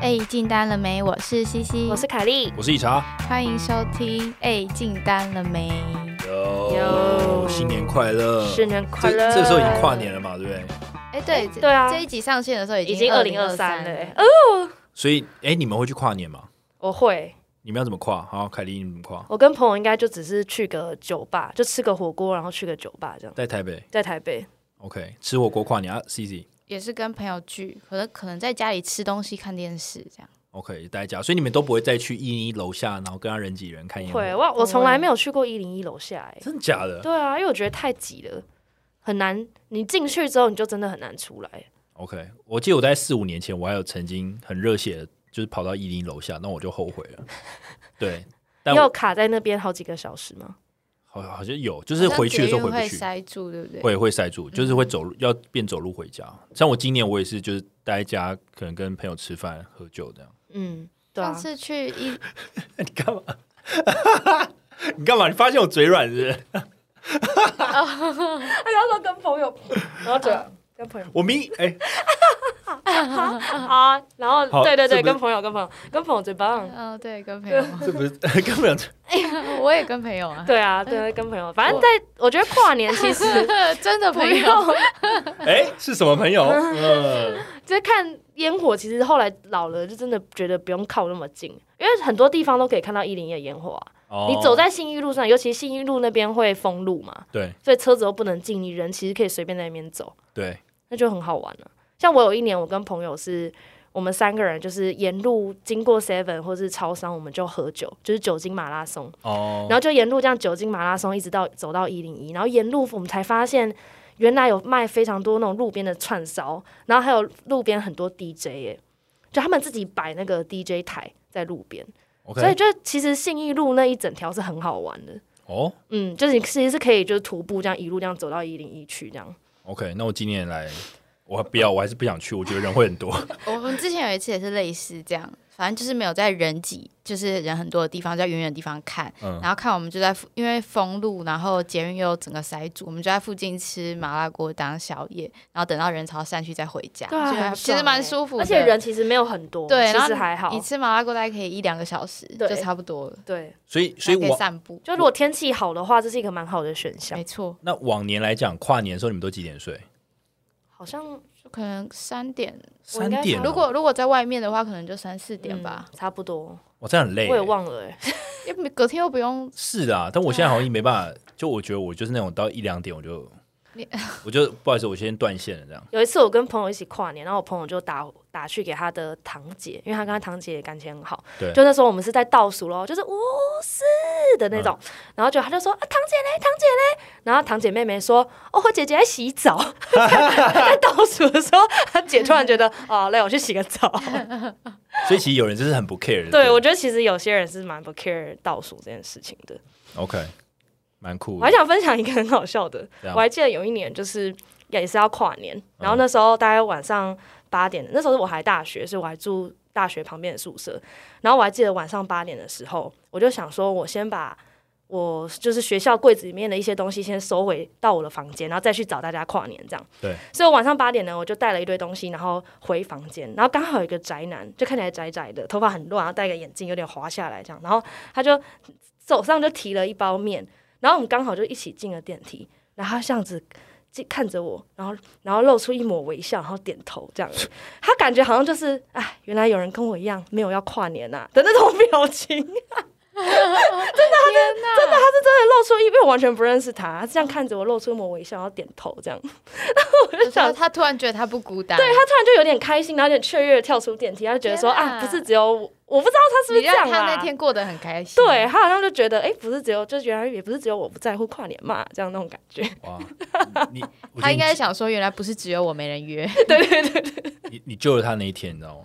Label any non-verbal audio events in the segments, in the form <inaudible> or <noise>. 哎，进单了没？我是西西，我是凯莉，我是以茶。欢迎收听。哎，进单了没？有有新年快乐！新年快乐！呃这这时候已经跨年了嘛，对不对？哎，对对啊这一集上线的时候已已经经二二零零二二三三了欸，了。呃，所以，哎，你们会去跨年吗？我会，你们要怎么跨？好，凯莉，你们跨我跟朋友应该就只是去个酒吧，就吃个火锅，然后去个酒吧这样，在台北在台北。 ，OK，吃火锅跨年啊，C C。也是跟朋友聚，可能可能在家里吃东西、看电视这样。 OK，待在家，所以你们都不会再去一一楼下，然后跟他人挤人看烟会，火，我我从来没有去过一零一楼下哎、真的假的对啊，因为我觉得太挤了，很难。你进去之后，你就真的很难出来。 ？OK，我记得我在四五年前，我还有曾经很热血的，就是跑到一零楼下，那我就后悔了。对，但你有我卡在那边好几个小时吗？好好像有，就是回去的时候好回像捷运不会去。塞住，对不对？会会塞住，就是会走路，要变走路回家。像我今年我也是，就是待在家，可能跟朋友吃饭、喝酒这样。嗯，对上啊，次去 <laughs> 一 <laughs> 你干嘛？ <laughs> 你干嘛？你发现我嘴软是不是？他要说跟朋友，啊然后就跟朋友我明哎、啊，然后好对对这对，不是跟朋友跟朋友跟朋友最棒。嗯，对，跟朋友，这不是 <laughs> 根本 <laughs> 我也跟朋友啊，对啊，对，跟朋友，反正在我觉得跨年其实 <laughs> 真的不朋友。用，哎、是什么朋 <laughs> 友？嗯，就是看烟火，其实后来老了就真的觉得不用靠那么近，因为很多地方都可以看到一零一的烟火啊。哦你走在信义路上，尤其信义路那边会封路嘛，对所以车子又不能进，你人其实可以随便在那边走，对那就很好玩了、像我有一年，我跟朋友是。我们三个人就是沿路经过 Seven 或是超商，我们就喝酒，就是酒精马拉松。哦然，后就沿路这样酒精马拉松，一直到走到一零一，然后沿路我们才发现，原来有卖非常多那种路边的串烧，然后还有路边很多 DJ 耶、就他们自己摆那个 DJ 台在路边 OK 所以就其实信义路那一整条是很好玩的，哦嗯，就是你其实是可以就是徒步这样一路这样走到一零一去这样， ，OK，那我今年来，我不要，我还是不想去，我觉得人会很多。 <laughs> 我们之前有一次也是类似这样，反正就是没有在人挤，就是人很多的地方，在远远的地方看，嗯然后看我们就在附因为封路，然后捷运又整个塞住，我们就在附近吃麻辣锅当宵夜，然后等到人潮散去再回家，对啊就还很爽其实蛮舒服的，而且人其实没有很多，对，其然后实还好你，吃麻辣锅大概可以嗯一两个小时，对就差不多了，对，所以，所以还可以往散步，就如果天气好的话，这是一个蛮好的选项没，错，那往年来讲，跨年的时候你们都几点睡？好像嗯就可能三点，我应三该点哦、如果如果在外面的话，可能就三四点吧，嗯差不多，我这样很累、我也忘了、欸，因为隔天又不用是的啊，但我现在好像没办法，啊就我觉得我就是那种到一两点我就你， <laughs> 我就不好意思，我先断线了这样。有一次我跟朋友一起跨年，然后我朋友就打打去给他的堂姐，因为他跟他堂姐感情很好。对就那时候我们是在倒数咯，就是五四的那种，然后就他就说啊堂姐嘞，堂姐嘞，然后堂姐妹妹说哦我姐姐在洗澡，在倒数的时候，她姐突然觉得哦累，我去洗个澡。所以其实有人就是很不 care 的。对，我不觉得其实有些人是蛮不 care 倒数这件事情的。 OK，蛮酷我还的。想分享一个很好笑的，怎样嗯我还记得有一年就是也是要跨年，然后那时候大概晚上八点，那时候我还大学，所以我还住大学旁边的宿舍。然后我还记得晚上八点的时候，我就想说，我先把我就是学校柜子里面的一些东西先收回到我的房间，然后再去找大家跨年这样。对，所以我晚上八点呢，我就带了一堆东西，然后回房间，然后刚好有一个宅男，就看起来宅宅的，头发很乱，然后戴个眼镜，有点滑下来这样，然后他就手上就提了一包面，然后我们刚好就一起进了电梯，然后他这样子。进看着我，然后然后露出一抹微笑，然后点头这 <laughs> 样子，他感觉好像就是哎，原来有人跟我一样没有要跨年呐、的那种表情， <laughs> 真的，他真真的，他是真的露出一，因为我完全不认识他，他这样看着我露出一抹微笑，然后点头这样，就是他他突然觉得他不孤单，对他突然就有点开心，然后有点雀跃地跳出电梯，他就觉得说天哪啊，不是只有我，我不知道他是不你是这样让啦、他那天过得很开心。对，他好像就觉得，哎、不是只有，就是原来也不是只有我不在乎跨年嘛，这样那种感觉。哇， <laughs> 你我觉得他应该你想说，原来不是只有我没人约。你你救了他那一天，你知道吗？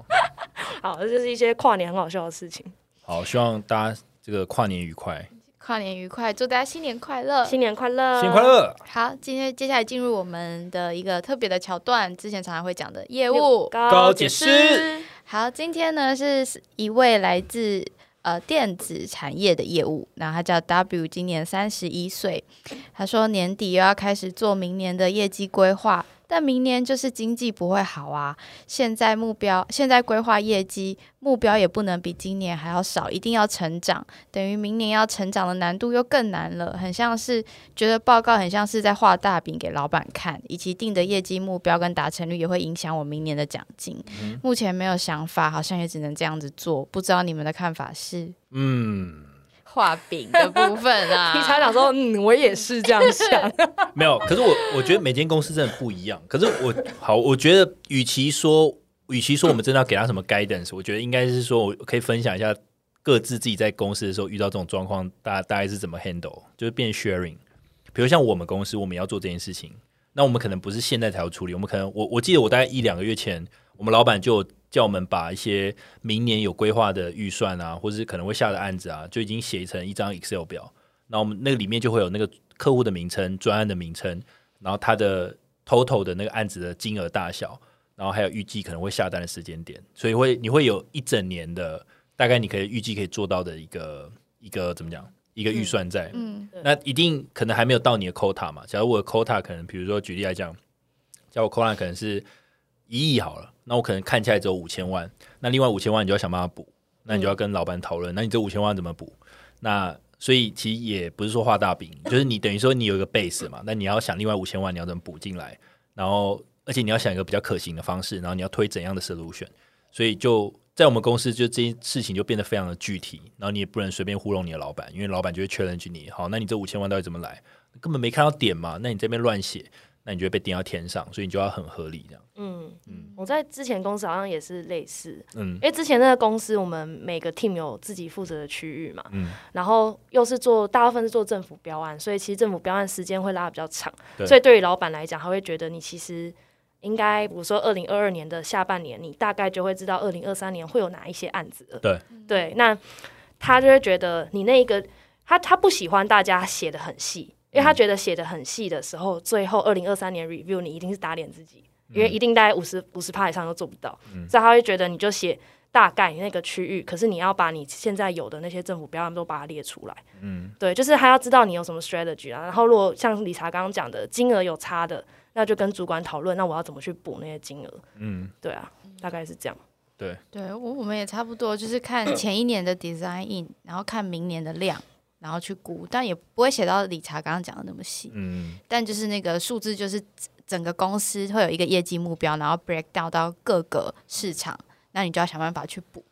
好，这就是一些跨年很好笑的事情。好，希望大家这个跨年愉快，跨年愉快，祝大家新年快乐！新年快乐，呃新年快！乐。好，今天接下来进入我们的一个特别的桥段，之前常常会讲的业务。高高解解释释，好，今天呢是一位来自呃电子产业的业务，然后他叫 W，今年三十一岁。他说年底又要开始做明年的业绩规划，但明年就是经济不会好啊，现在目标现在规划业绩目标也不能比今年还要少，一定要成长，等于明年要成长的难度又更难了，很像是觉得报告很像是在画大饼给老板看，以及定的业绩目标跟达成率也会影响我明年的奖金。目前没有想法，好像也只能这样子做，不知道你们的看法是？嗯，画饼的部分 <laughs> 啊，你才想说，嗯，我也是这样想。没有。可是我我觉得每间公司真的不一样。可是我好，我觉得与其说与其说我们真的要给他什么 guidance，我觉得应该是说我可以分享一下各自自己在公司的时候遇到这种状况，大大概是怎么 handle，就是变 sharing。比如像我们公司，我们要做这件事情，那我们可能不是现在才要处理，我们可能我我记得我大概一两个月前，我们老板就叫我们把一些明年有规划的预算啊，或是可能会下的案子啊，就已经写成一张 Excel 表。那我们那个里面就会有那个客户的名称、专案的名称，然后它的 total 的那个案子的金额大小，然后还有预计可能会下单的时间点，所以会你会有一整年的大概你可以预计可以做到的一个一个怎么讲一个预算在。嗯那一定可能还没有到你的 quota 嘛。假如我的 quota 可能，比如说举例来讲，假如我 quota 可能是一亿好了，那我可能看起来只有五千万，那另外五千万你就要想办法补，那你就要跟老板讨论，那你这五千万怎么补？那所以其实也不是说画大饼，就是你等于说你有一个 base 嘛，那你要想另外五千万你要怎么补进来，然后而且你要想一个比较可行的方式，然后你要推怎样的 solution，所以就。在我们公司，就这件事情就变得非常的具体，然后你也不能随便糊弄你的老板，因为老板就会 challenge 你。好，那你这五千万到底怎么来？根本没看到点嘛，那你这边乱写，那你就会被点到天上，所以你就要很合理这样。嗯嗯，我在之前公司好像也是类似，嗯因为之前那个公司我们每个 team 有自己负责的区域嘛，嗯，然后又是做大部分是做政府标案，所以其实政府标案时间会拉的比较长，对所以对于老板来讲，他会觉得你其实应该，比如说二零二二年的下半年，你大概就会知道二零二三年会有哪一些案子了。对对，那他就会觉得你那一个他他不喜欢大家写的很细，因为嗯他觉得写的很细的时候，最后二零二三年 review 你一定是打脸自己，因为嗯一定大概五十五十趴以上都做不到，所以他会觉得你就写大概那个区域，可是你要把你现在有的那些政府标案都把它列出来。嗯，对，就是他要知道你有什么 strategy 啊。然后如果像理查刚刚讲的，金额有差的，那就跟主管讨论，那我要怎么去补那些金额？嗯，对啊，大概是这样。对，对我我们也差不多，就是 <coughs> 看前一年的 design in，然后看明年的量，然后去估，但也不会写到理查刚刚讲的那么细，嗯但就是那个数字，就是整个公司会有一个业绩目标，然后 break down 到各个市场，那你就要想办法去补。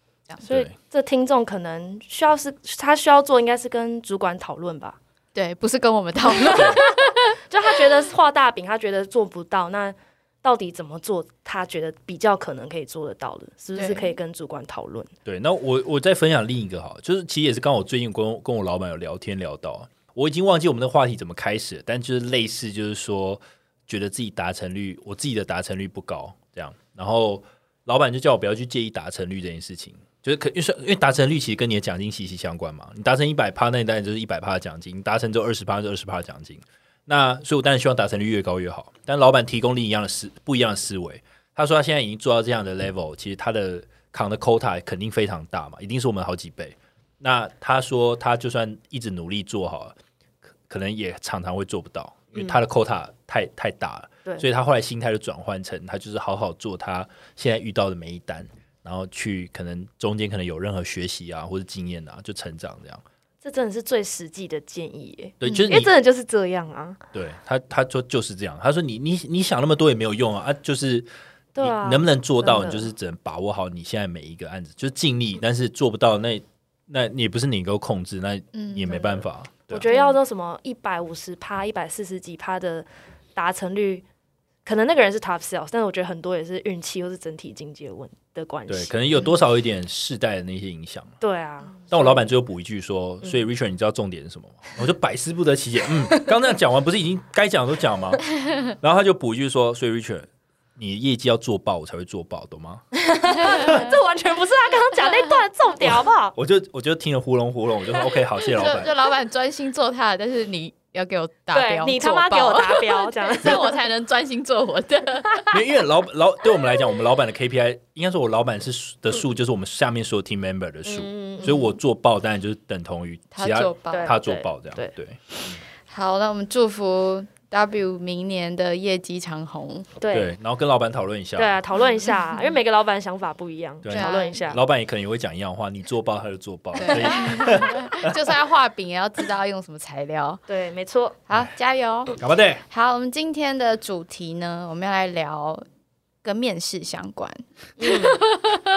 所以对这听众可能需要是他需要做，应该是跟主管讨论吧。对，不是跟我们讨论。就他觉得画大饼，他觉得做不到，那到底怎么做？他觉得比较可能可以做得到的，是不是对可以跟主管讨论？对。那我我再分享另一个哈，就是其实也是刚好我最近跟我跟我老板有聊天聊到，啊我已经忘记我们的话题怎么开始了，但就是类似就是说，觉得自己达成率，我自己的达成率不高这样，然后老板就叫我不要去介意达成率这件事情。就是可，因为是因为达成率其实跟你的奖金息息相关嘛。你达成一百趴，那你当然就是一百趴的奖金；你达成之后二十趴就二十趴的奖金。那所以，我当然希望达成率越高越好。但老板提供另一样的思不一样的思维，他说他现在已经做到这样的 level，其实他的扛的 quota 肯定非常大嘛，一定是我们好几倍。那他说他就算一直努力做好了，可可能也常常会做不到，因为他的 quota 太太大了。对所以他后来心态就转换成他就是好好做他现在遇到的每一单，然后去可能中间可能有任何学习啊或者经验啊，就成长这样。这真的是最实际的建议耶，对，就是因你、为真的就是这样啊。对他他说就是这样，他说你你你想那么多也没有用啊，啊就是。对啊你能不能做到？真你的就是只能把握好你现在每一个案子，就是尽力，但是做不到，那那你也不是你能够控制，那嗯也没办法。对我啊觉得要做什么一百五十趴、一百四十几趴的达成率，可能那个人是 top sales，但是我觉得很多也是运气或是整体经济的问的关对，系。可能有多少有一点世代的那些影响嘛。对啊，但我老板最后补一句说：“嗯所以 Richard，你知道重点是什么吗？”我就百思不得其解。嗯，刚这样讲完，不是已经该讲的都 <laughs> 讲吗？然后他就补一句说：“所以 Richard，你业绩要做爆，我才会做爆，懂吗 <laughs> 这完全不是他刚刚讲那段的重点，好不好？”？我就我就听了呼隆呼隆，我就说 OK，好，谢谢老就就板。老板专心做他的，但是你要给我达对标，你他妈给我达标， <laughs> 这样 <laughs> 这样我才能专心做我 <laughs> 的。 <laughs> 因为因为老老对我们来讲，我们老板的 KPI 应该说，我老板是数的数就是我们下面所有 team member 的数，嗯所以我做爆当然就是等同于其他做爆。他对他做爆这样。对对，好，那我们祝福 W 明年的业绩长虹，对对，然后跟老板讨论一下对，啊，讨论一下，因为每个老板想法不一样，对啊讨论一下。老板也可能也会讲一样话，你做爆他就做哎爆，对所 <laughs> 以就算要画饼也要知道要用什么材料。对，没错，好，加油！干嘛的？ <laughs> 好，我们今天的主题呢，我们要来聊跟面试相关。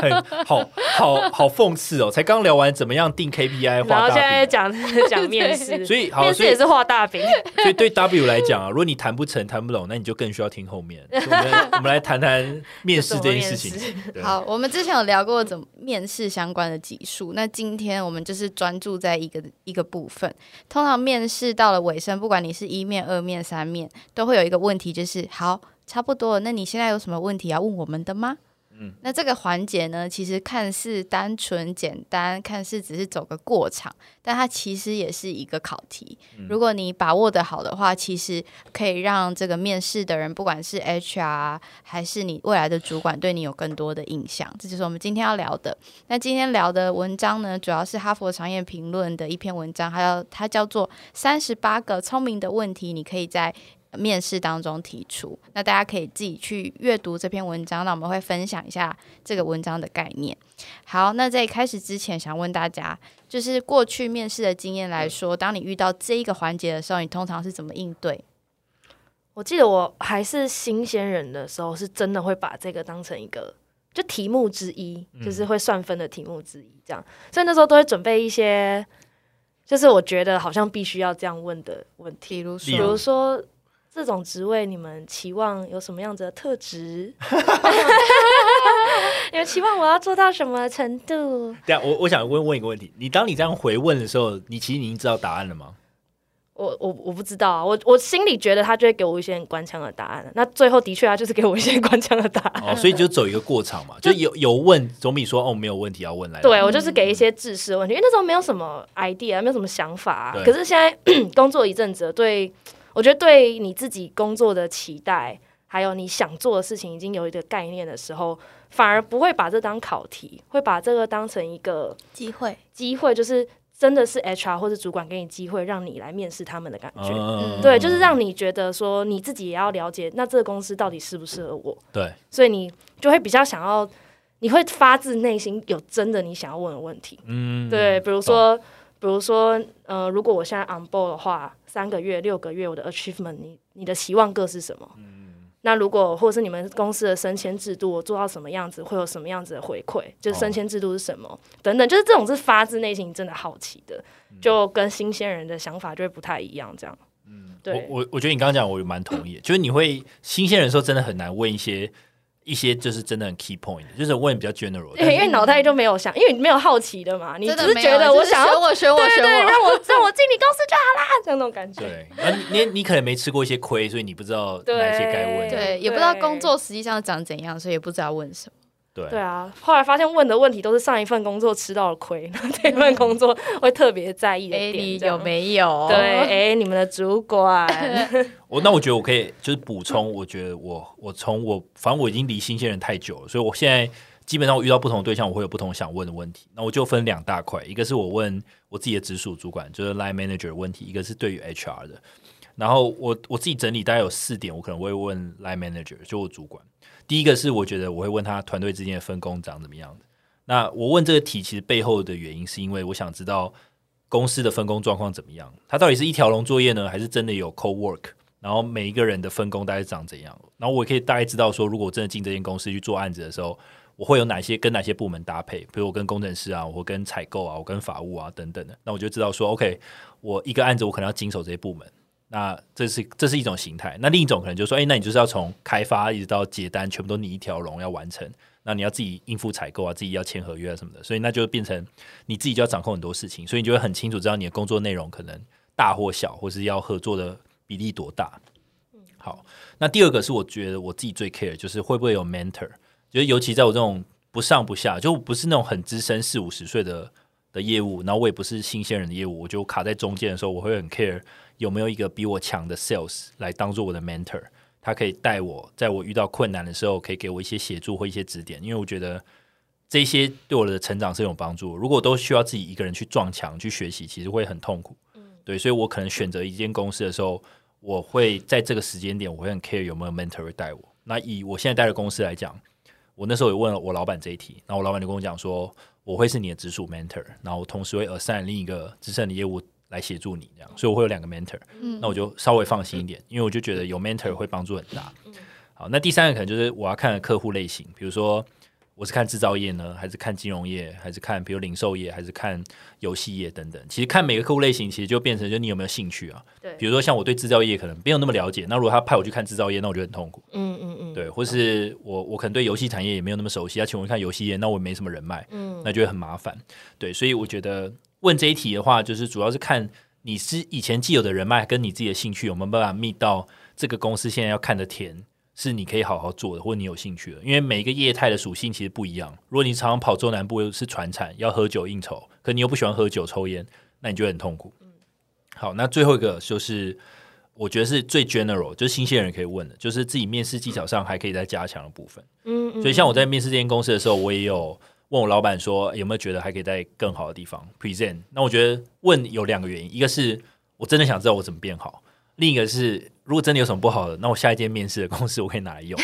很好好好讽刺哦！才刚聊完怎么样定 KPI 然画后现在大饼，啊讲讲 <laughs> 面试，所以好，面试所也以是画大饼，所以对 W 来讲啊，如果你谈不成、谈不拢，那你就更需要听后面。所以我们来我们来谈谈面试这件事 <laughs> 怎么情。对好，我们之前有聊过怎么面试相关的集数，那今天我们就是专注在一个一个部分。通常面试到了尾声，不管你是一面、二面、三面，都会有一个问题，就是好，差不多了，那你现在有什么问题要问我们的吗？嗯，那这个环节呢，其实看似单纯简单，看似只是走个过场，但它其实也是一个考题。如果你把握的好的话，其实可以让这个面试的人，不管是 HR 啊还是你未来的主管，对你有更多的印象。这就是我们今天要聊的。那今天聊的文章呢，主要是《哈佛商业评论》的一篇文章，还有它叫做《三十八个聪明的问题》，你可以在。面试当中提出，那大家可以自己去阅读这篇文章。那我们会分享一下这个文章的概念。好，那在开始之前，想问大家，就是过去面试的经验来说，当你遇到这一个环节的时候，你通常是怎么应对？我记得我还是新鲜人的时候，是真的会把这个当成一个就题目之一，就是会算分的题目之一这样。所以那时候都会准备一些，就是我觉得好像必须要这样问的问题，比如例比如如说。这种职位，你们期望有什么样子的特质？ <laughs> 你们期望我要做到什么程度？对啊，我我想问问一个问题：你当你这样回问的时候，你其实你已经知道答案了 <laughs> 吗？我我我不知道啊，我我心里觉得他就会给我一些很官腔的答案。那最后的确，他就是给我一些很官腔的答案。哦，所以就走一个过场嘛，就有有问总比说哦没有问题要问来得好。对我就是给一些制式的问题，因为那时候没有什么 idea，没有什么想法、啊。对可是现在 <clears throat> 工作一阵子了，对我觉得对你自己工作的期待，还有你想做的事情已经有一个概念的时候，反而不会把这当考题，会把这个当成一个机会，机会，就是真的是 HR 或者主管给你机会，让你来面试他们的感觉。嗯对，就是让你觉得说你自己也要了解，那这个公司到底适不适合我，对，所以你就会比较想要，你会发自内心有真的你想要问的问题。嗯，对，比如说，比如说，呃，如果我现在 on board 的话，三个月、六个月，我的 achievement，你你的期望各是什么？嗯那如果或者是你们公司的升迁制度，我做到什么样子，会有什么样子的回馈？就哦是升迁制度是什么、等等，就是这种是发自内心真的好奇的，嗯就跟新鲜人的想法就会不太一样，这样。嗯，对，我我我觉得你刚刚讲，我也蛮同意的，就是你会新鲜人的时候真的很难问一些一些就是真的很 key point，的就是问比较 general 因但为是。因为脑袋就没有想，因为你没有好奇的嘛，你真只的是没觉有啊得就我是想要选，我选我对选对，我，让我让我进你公司就好啦，这样那种感觉。对，那你你你可能没吃过一些亏，所以你不知道哪些该问。对对，也不知道工作实际上长怎样，所以也不知道问什么。对对啊，后来发现问的问题都是上一份工作吃到了亏， <laughs> 然后这一份工作会特别在意的哎，点。你这样有？没有？对，，哎，你们的主 <laughs> 管，我那我觉得我可以就是补充，我觉得我我从我反正我已经离新鲜人太久了，所以我现在基本上我遇到不同的对象，我会有不同想问的问题。那我就分两大块，一个是我问我自己的直属主管，就是 line manager 的问题，一个是对于 HR 的。然后我我自己整理大概有四点，我可能会问 line manager，就我主管。第一个是我觉得我会问他团队之间的分工长怎么样的。那我问这个题，其实背后的原因是因为我想知道公司的分工状况怎么样，它到底是一条龙作业呢，还是真的有 co work？然后每一个人的分工大概长怎样？然后我也可以大概知道说，如果我真的进这间公司去做案子的时候，我会有哪些跟哪些部门搭配？比如我跟工程师啊，我跟采购啊，我跟法务啊等等的。那我就知道说，OK，我一个案子我可能要经手这些部门。那这是这是一种形态，那另一种可能就是说，哎、那你就是要从开发一直到接单，全部都你一条龙要完成。那你要自己应付采购啊，自己要签合约啊什么的，所以那就变成你自己就要掌控很多事情，所以你就会很清楚知道你的工作内容可能大或小，或是要合作的比例多大。好，那第二个是我觉得我自己最 care 就是会不会有 mentor，就是尤其在我这种不上不下，就不是那种很资深四五十岁的的业务，然后我也不是新鲜人的业务，我就卡在中间的时候，我会很 care 有没有一个比我强的 sales 来当做我的 mentor，他可以带我，在我遇到困难的时候，可以给我一些协助或一些指点，因为我觉得。这些对我的成长是有帮助。如果都需要自己一个人去撞墙、去学习，其实会很痛苦。对，所以我可能选择一间公司的时候，我会在这个时间点，我会很 care 有没有 mentor 会带我。那以我现在带的公司来讲，我那时候也问了我老板这一题，然后我老板就跟我讲说，我会是你的直属 mentor，然后我同时会 assign 另一个资深的业务来协助你，这样，所以我会有两个 mentor，、那嗯我就稍微放心一点，因为我就觉得有 mentor 会帮助很大。好，那第三个可能就是我要看的客户类型，比如说我是看制造业呢，还是看金融业，还是看比如零售业，还是看游戏业等等。其实看每个客户类型，其实就变成就你有没有兴趣啊。对比如说像我对制造业可能没有那么了解，那如果他派我去看制造业，那我就很痛苦。嗯嗯嗯，对，或是我我可能对游戏产业也没有那么熟悉，他请我去看游戏业，那我也没什么人脉，嗯那就会很麻烦。对，所以我觉得问这一题的话，就是主要是看你是以前既有的人脉跟你自己的兴趣有没有办法觅到这个公司现在要看的田。是你可以好好做的，或你有兴趣的，因为每一个业态的属性其实不一样。如果你常常跑中南部是船产，要喝酒应酬，可你又不喜欢喝酒抽烟，那你就会很痛嗯苦。好，那最后一个就是我觉得是最 general，就是新鲜人可以问的，就是自己面试技巧上还可以再加强的部分。嗯嗯，所以像我在面试这间公司的时候，我也有问我老板说有没有觉得还可以在更好的地方 present。那我觉得问有两个原因，一个是我真的想知道我怎么变好，另一个是如果真的有什么不好的，那我下一间面试的公司我可以拿来用，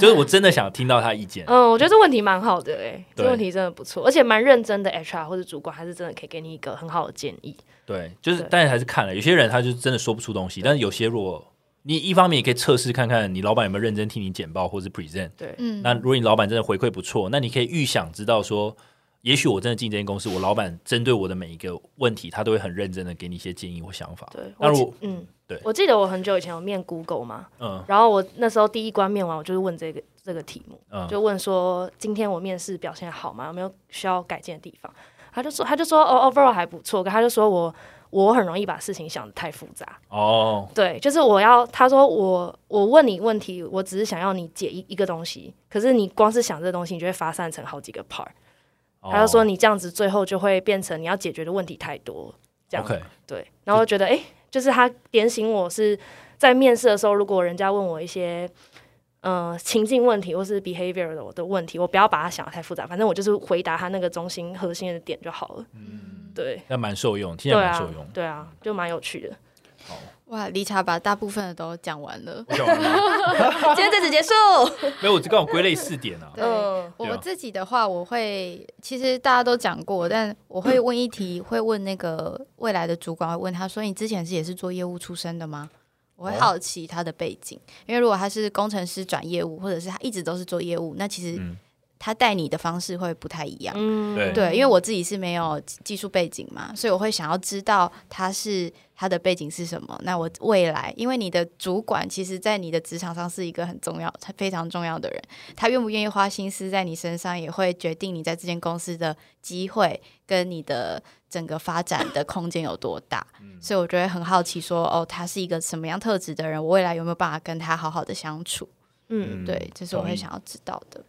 就是我真的想听到他意见。嗯，我觉得这问题蛮好的哎、欸，这对问题真的不错，而且蛮认真的 HR 或者主管，还是真的可以给你一个很好的建议。对，就是对但是还是看了，有些人他就真的说不出东西，但是有些如果你一方面也可以测试看看你老板有没有认真听你简报或是 present。对，嗯，那如果你老板真的回馈不错，那你可以预想知道说，也许我真的进这间公司，我老板针对我的每一个问题，他都会很认真的给你一些建议或想法。对，我那如记果嗯，对我记得我很久以前有面 Google 嘛，嗯然后我那时候第一关面完，我就是问这个这个题目，嗯，就问说今天我面试表现好吗？有没有需要改进的地方？他就说他就说哦，overall 还不错，可他就说我我很容易把事情想得太复杂，哦，对，就是我要他说我我问你问题，我只是想要你解一一个东西，可是你光是想这个东西，你就会发散成好几个 part。哦他就说你这样子最后就会变成你要解决的问题太多，这样 OK，对。然后我觉得诶，就是他点醒我是在面试的时候，如果人家问我一些呃情境问题或是 behavior 的的问题，我不要把它想得太复杂，反正我就是回答他那个中心核心的点就好了。对，那蛮受用，听对起嗯来蛮啊受用，。，对啊，就蛮有趣的。哇，理查把大部分的都讲完了嗯我讲完今了天这次结束。 <laughs> 没有，我就刚好归类四点 <laughs> 啊。对嗯我对啊自己的话，我会其实大家都讲过，但我会问一题，会问那个未来的主管，会问他说：“你之前是也是做业务出身的吗？”我会哦好奇他的背景，因为如果他是工程师转业务，或者是他一直都是做业务，那其实嗯他带你的方式会不太一样。嗯对对，因为我自己是没有技技术背景嘛，所以我会想要知道他是他的背景是什么。那我未来，因为你的主管其实，在你的职场上是一个很重要、他非常重要的人，他愿不愿意花心思在你身上，也会决定你在这间公司的机会跟你的整个发展的空间有多大。所以我就会很好奇说，哦，他是一个什么样特质的人，我未来有没有办法跟他好好的相处？嗯嗯对，这是我同会意想要知道的。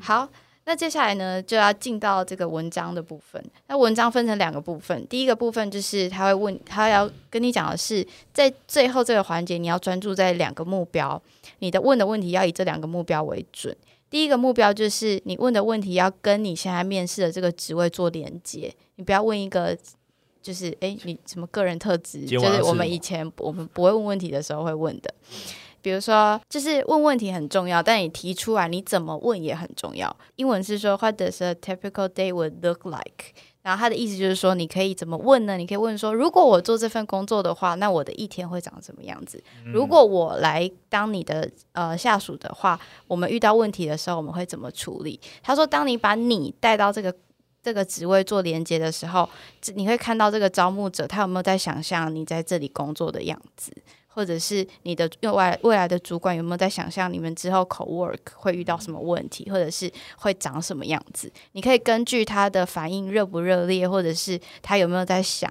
好，那接下来呢，就要进到这个文章的部分。那文章分成两个部分，第一个部分就是他会问，他要跟你讲的是，在最后这个环节，你要专注在两个目标，你的问的问题要以这两个目标为准。第一个目标就是你问的问题要跟你现在面试的这个职位做连接，你不要问一个就是诶，你什么个人特质，今天就晚上是我吃们什么以前我们不会问问题的时候会问的。比如说，就是问问题很重要，但你提出来你怎么问也很重要。英文是说 What does a typical day would look like？然后他的意思就是说，你可以怎么问呢？你可以问说，如果我做这份工作的话，那我的一天会长什么样子？如果我来当你的呃下属的话，我们遇到问题的时候，我们会怎么处理？他说，当你把你带到这个这个职位做连接的时候，这你会看到这个招募者他有没有在想象你在这里工作的样子，或者是你的未来未来的主管有没有在想象你们之后 co work 会遇到什么问题，或者是会长什么样子？你可以根据他的反应热不热烈，或者是他有没有在想。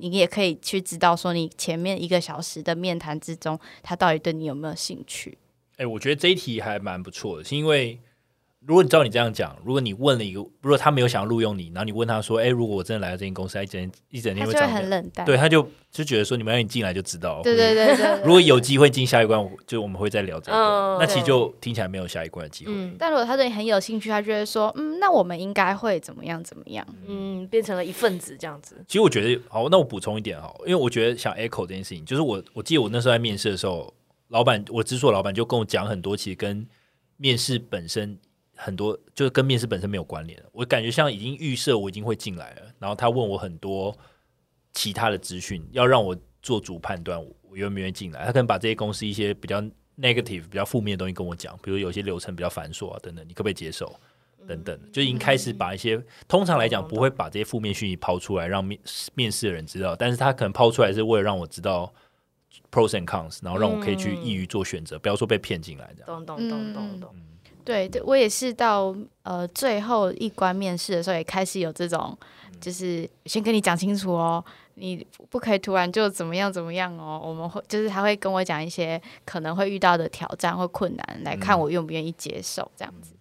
你也可以去知道，说你前面一个小时的面谈之中，他到底对你有没有兴趣？哎、我觉得这一题还蛮不错的，是因为如果你照你这样讲，如果你问了一个，如果他没有想要录用你，然后你问他说：“哎、如果我真的来到这间公司，一整一整他就天会会长怎很样冷淡。对，他就就觉得说你们让你进来就知道。哎嗯对对对对。如果有机会进下一关，我就我们会再聊这个。嗯那其实就听起来没有下一关的机会。嗯但如果他对你很有兴趣，他就会说，嗯，那我们应该会怎么样怎么样？嗯，变成了一份子这样子。其实我觉得，好，那我补充一点哈，因为我觉得想 echo 这件事情，就是我我记得我那时候在面试的时候，老板我直属老板就跟我讲很多，其实跟面试本身很多就是跟面试本身没有关联的。我感觉像已经预设我已经会进来了，然后他问我很多其他的资讯，要让我做主判断我我愿不愿意进来。他可能把这些公司一些比较 negative、比较负面的东西跟我讲，比如有些流程比较繁琐啊等等，你可不可以接受？等等，就已经开始把一些通常来讲不会把这些负面讯息抛出来让面面试的人知道，但是他可能抛出来是为了让我知道 pros and cons，然后让我可以去嗯易于做选择，不要说被骗进来这样。懂懂懂懂嗯懂。对，对我也是到呃最后一关面试的时候，也开始有这种，就是先跟你讲清楚哦，你不可以突然就怎么样怎么样哦。我们会就是他会跟我讲一些可能会遇到的挑战或困难，来看嗯我愿不愿意接受这样子。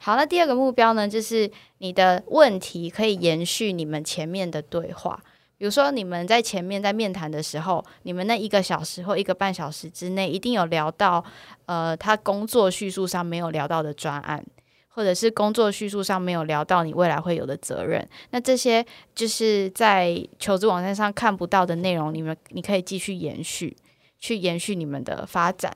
好，那第二个目标呢，就是你的问题可以延续你们前面的对话。比如说，你们在前面在面谈的时候，你们那一个小时或一个半小时之内，一定有聊到呃，他工作叙述上没有聊到的专案，或者是工作叙述上没有聊到你未来会有的责任，那这些就是在求职网站上看不到的内容，你们你可以继续延续，去延续你们的发展。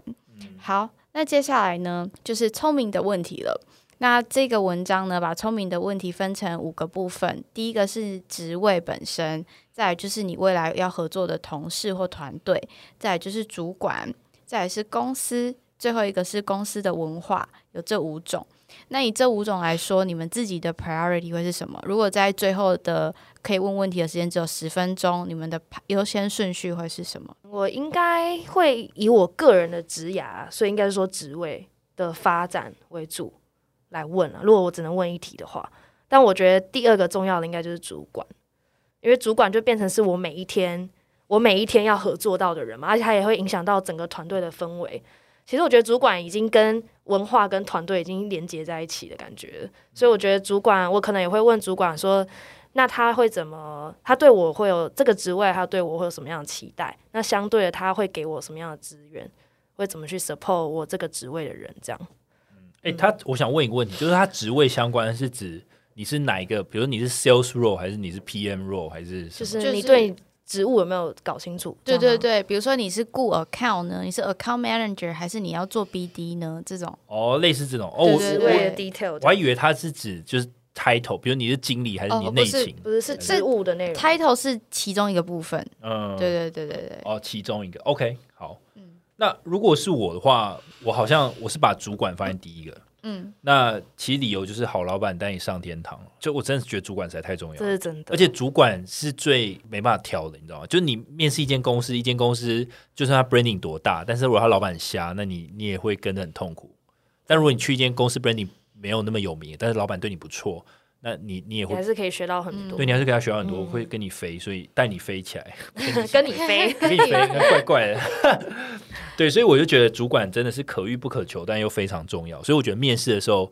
好，那接下来呢，就是聪明的问题了。那这个文章呢，把聪明的问题分成五个部分。第一个是职位本身，再来就是你未来要合作的同事或团队，再来就是主管，再来是公司，最后一个是公司的文化，有这五种。那以这五种来说，你们自己的 priority 会是什么？如果在最后的可以问问题的时间只有十分钟，你们的优先顺序会是什么？我应该会以我个人的职涯，所以应该是说职位的发展为主来问了、如果我只能问一题的话，但我觉得第二个重要的应该就是主管，因为主管就变成是我每一天我每一天要合作到的人嘛，而且他也会影响到整个团队的氛围。其实我觉得主管已经跟文化跟团队已经连接在一起的感觉了，所以我觉得主管，我可能也会问主管说，那他会怎么？他对我会有这个职位，他对我会有什么样的期待？那相对的，他会给我什么样的资源？会怎么去 support 我这个职位的人？这样，哎、他我想问一个问题，就是他职位相关是指你是哪一个？比如你是 sales role 还是你是 PM role 还是什就是么？就是你对你职务有没有搞清楚？对这对样吗，对，比如说你是顾 account 呢，你是 account manager 还是你要做 BD 呢？这种哦，类似这种哦，我对职对我位的 detail，我还以为他是指就是 title，比如你是经理还是你哦内不是勤？不是是职务的内容。 title 是其中一个部分。嗯，对嗯对对对对，哦，其中一个 OK 好。那如果是我的话，我好像我是把主管放在第一个。嗯，那其实理由就是好老板带你上天堂，就我真的是觉得主管实在太重要这了。是真的，而且主管是最没办法挑的，你知道吗？就是你面试一间公司，一间公司就算他 branding 多大，但是如果他老板很瞎，那你你也会跟得很痛苦。但如果你去一间公司 branding 没有那么有名，但是老板对你不错，那你你也你会还是可以学到很多对，你还是给他学到很多，会跟你飞，所以带你飞 <laughs> 起来。跟你飞。可以飞，怪怪的。 <laughs> 对，所以我就觉得主管真的是可遇不可求，但又非常重要。所以我觉得面试的时候，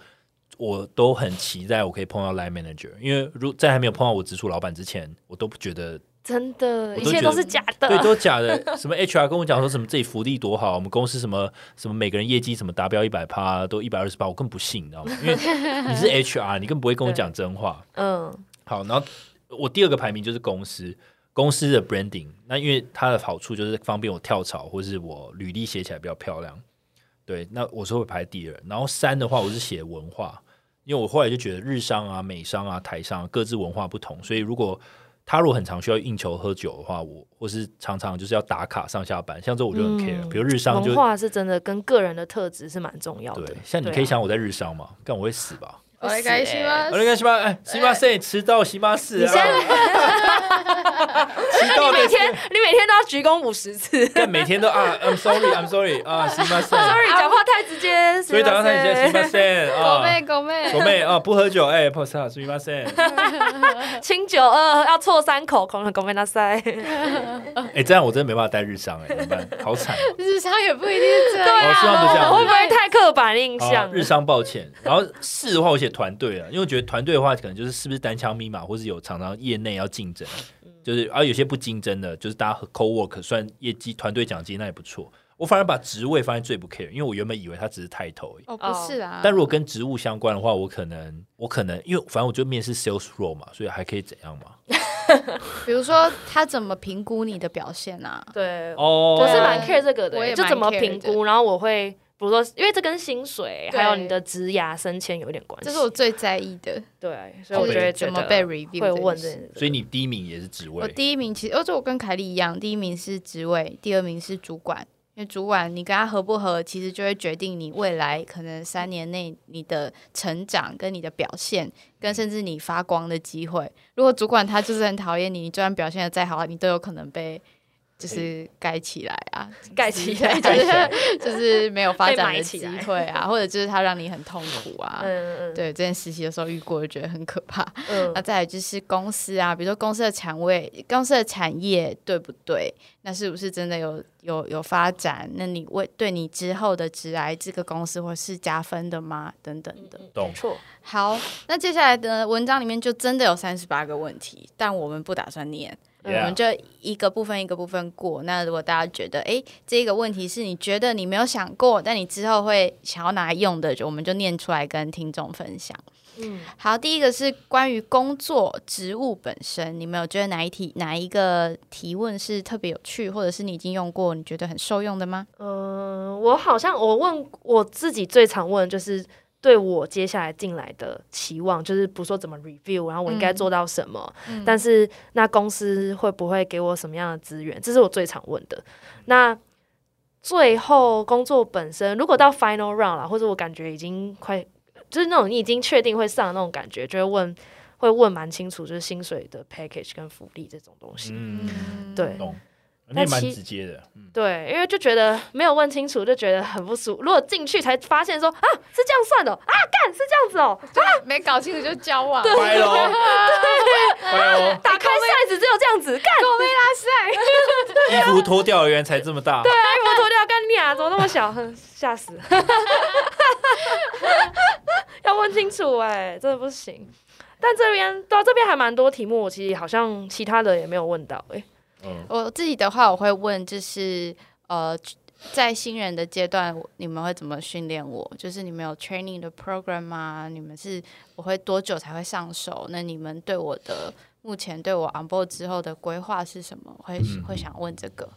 我都很期待我可以碰到 line manager，因为如在还没有碰到我直属老板之前，我都不觉得 <laughs> 真的，我都一切觉都得是假对，的。都假的。什么 HR 跟我讲说什么自己福利多好，我们公司什么什么每个人业绩什么达标一百趴，都一百二十趴，我更不信，你知道吗？因为你是 HR，你更不会跟我讲真话。嗯，好，然后我第二个排名就是公司，公司的 branding，那因为它的好处就是方便我跳槽，或是我履历写起来比较漂亮。对，那我是会排第二，然后三的话我是写文化，因为我后来就觉得日商啊、美商啊、台商、啊、各自文化不同，所以如果他如果很常需要应酬喝酒的话，我或是常常就是要打卡上下班，像这我就很 care、嗯比如日商就文化是啊真的跟个人的特质是蛮重要的对。，像你可以想我在日商嘛，干、我会死吧？我死欸我那个西巴，哎，西巴塞迟到，西巴四啊， <laughs> 迟到你每的天你每天都要鞠躬五十 <laughs> 次但每天都啊，I'm sorry，I'm sorry，啊，行吧， ，sorry，讲话太直接。 <laughs> 所以打到他现在行吧，狗啊，妹狗妹，我妹啊，不喝酒，哎 p o s t すみま <laughs> せん。清酒二要错三口，恐龙狗被他塞。哎，这样我真的没办法带日商，哎，怎么办？好惨。日商也不一定是这样。哦是吗不这样我会不会太刻板印啊象？日商抱歉。然后是的话，我写团队啊，因为我觉得团队的话，可能就是是不是单枪密码，或是有常常业内要竞争，就是而、啊、有些不竞争的，就是大家 co work 算业绩团队奖金那也不错。我反而把职位放在最不 care，因为我原本以为它只是 title 而已。 <laughs> 哦，不是啊。但如果跟职务相关的话，我可能我可能因为反正我就面试 sales role 嘛，所以还可以怎样嘛？比如说他怎么评估你的表现啊？对，哦我是蛮 care 这个的、我也就怎么蛮 care 评的估，然后我会，比如说，因为这跟薪水对还有你的职涯升迁有一点关系。这是我最在意的，对，所就以我被觉得是觉怎得么被 review 会这件问这事。件事所以你第一名也是职我位，第一名其实，哦，这我跟凯莉一样，第一名是职位，第二名是主管。因为主管你跟他合不合，其实就会决定你未来可能三年内你的成长、跟你的表现，跟甚至你发光的机会。如果主管他就是很讨厌你，你就算表现的再好，你都有可能被就是盖起来 <laughs> 啊，哎盖起来就。 <laughs> 是 <laughs> 就是没有发被展埋的起机来会啊，或者就是他让你很痛苦啊。 <laughs> 嗯嗯对，之前实习的时候遇过，就觉得很可怕。嗯那再来就是公司啊，比如说公司的产位、公司的产业对不对？那是不是真的有有有发展？那你为对你之后的职来这个公司会是加分的吗？等等的。嗯，懂没错。好，那接下来的文章里面就真的有三十八个问题，但我们不打算念。我 Yeah 们就一个部分一个部分过。那如果大家觉得，诶，这个问题是你觉得你没有想过，但你之后会想要拿来用的，就我们就念出来跟听众分享。嗯，好，第一个是关于工作职务本身，你们有觉得哪一题哪一个提问是特别有趣，或者是你已经用过，你觉得很受用的吗？嗯，我好像我问我自己最常问的就是对我接下来进来的期望，就是不说怎么 review，然后我应该嗯做到什么，但是那公司会不会给我什么样的资源，这是我最常问的。那最后工作本身，如果到 final round 啦，或者我感觉已经快，就是那种你已经确定会上的那种感觉，就会问。会问蛮清楚，就是薪水的 package 跟福利这种东西。嗯，对懂，那那也蛮其直接的，嗯，对，因为就觉得没有问清楚，就觉得很不舒服。如果进去才发现说啊，是这样算的哦啊，干是这样子哦，没搞清楚就交往，拜 <laughs> 喽，拜喽，打开扇子只有这样子，干我没啦，衣服脱掉原来才这么大，把衣服啊脱掉，干你啊，怎么那么小，哼吓死！ <laughs> 要问清楚哎、真的不行。但这边对、啊、这边还蛮多题目，我其实好像其他的也没有问到哎、嗯，我自己的话，我会问，就是呃，在新人的阶段，我你们会怎么训练我？就是你们有 training 的 program 吗？你们是我会多久才会上手？那你们对我的目前对我 on board 之后的规划是什么？会、嗯会想问这个？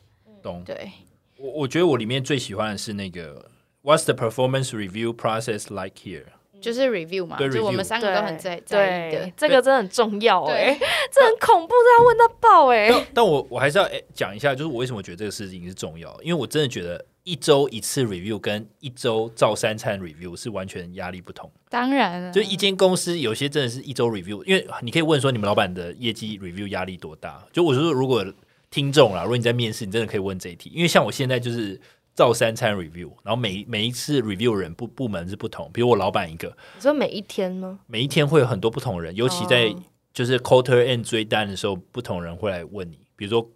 懂。对，我我觉得我里面最喜欢的是那个 What's the performance review process like here？就是 review 嘛，对就是我 review 们三个都很在对在意的对。，这个真的很重要哎、对，这很恐怖，这要问到爆哎、但但我我还是要诶讲一下，就是我为什么觉得这个事情是重要，因为我真的觉得一周一次 review 跟一周照三餐 review 是完全压力不同。当然啊了，就一间公司有些真的是一周 review，因为你可以问说你们老板的业绩 review 压力多大。就我是说，如果听众啦，如果你在面试，你真的可以问这一题，因为像我现在就是照三餐 review，然后每每一次 review 人部部门是不同，比如我老板一个，你说每一天吗？每一天会有很多不同人，尤其在哦就是 quarter end 追单的时候，不同人会来问你，比如说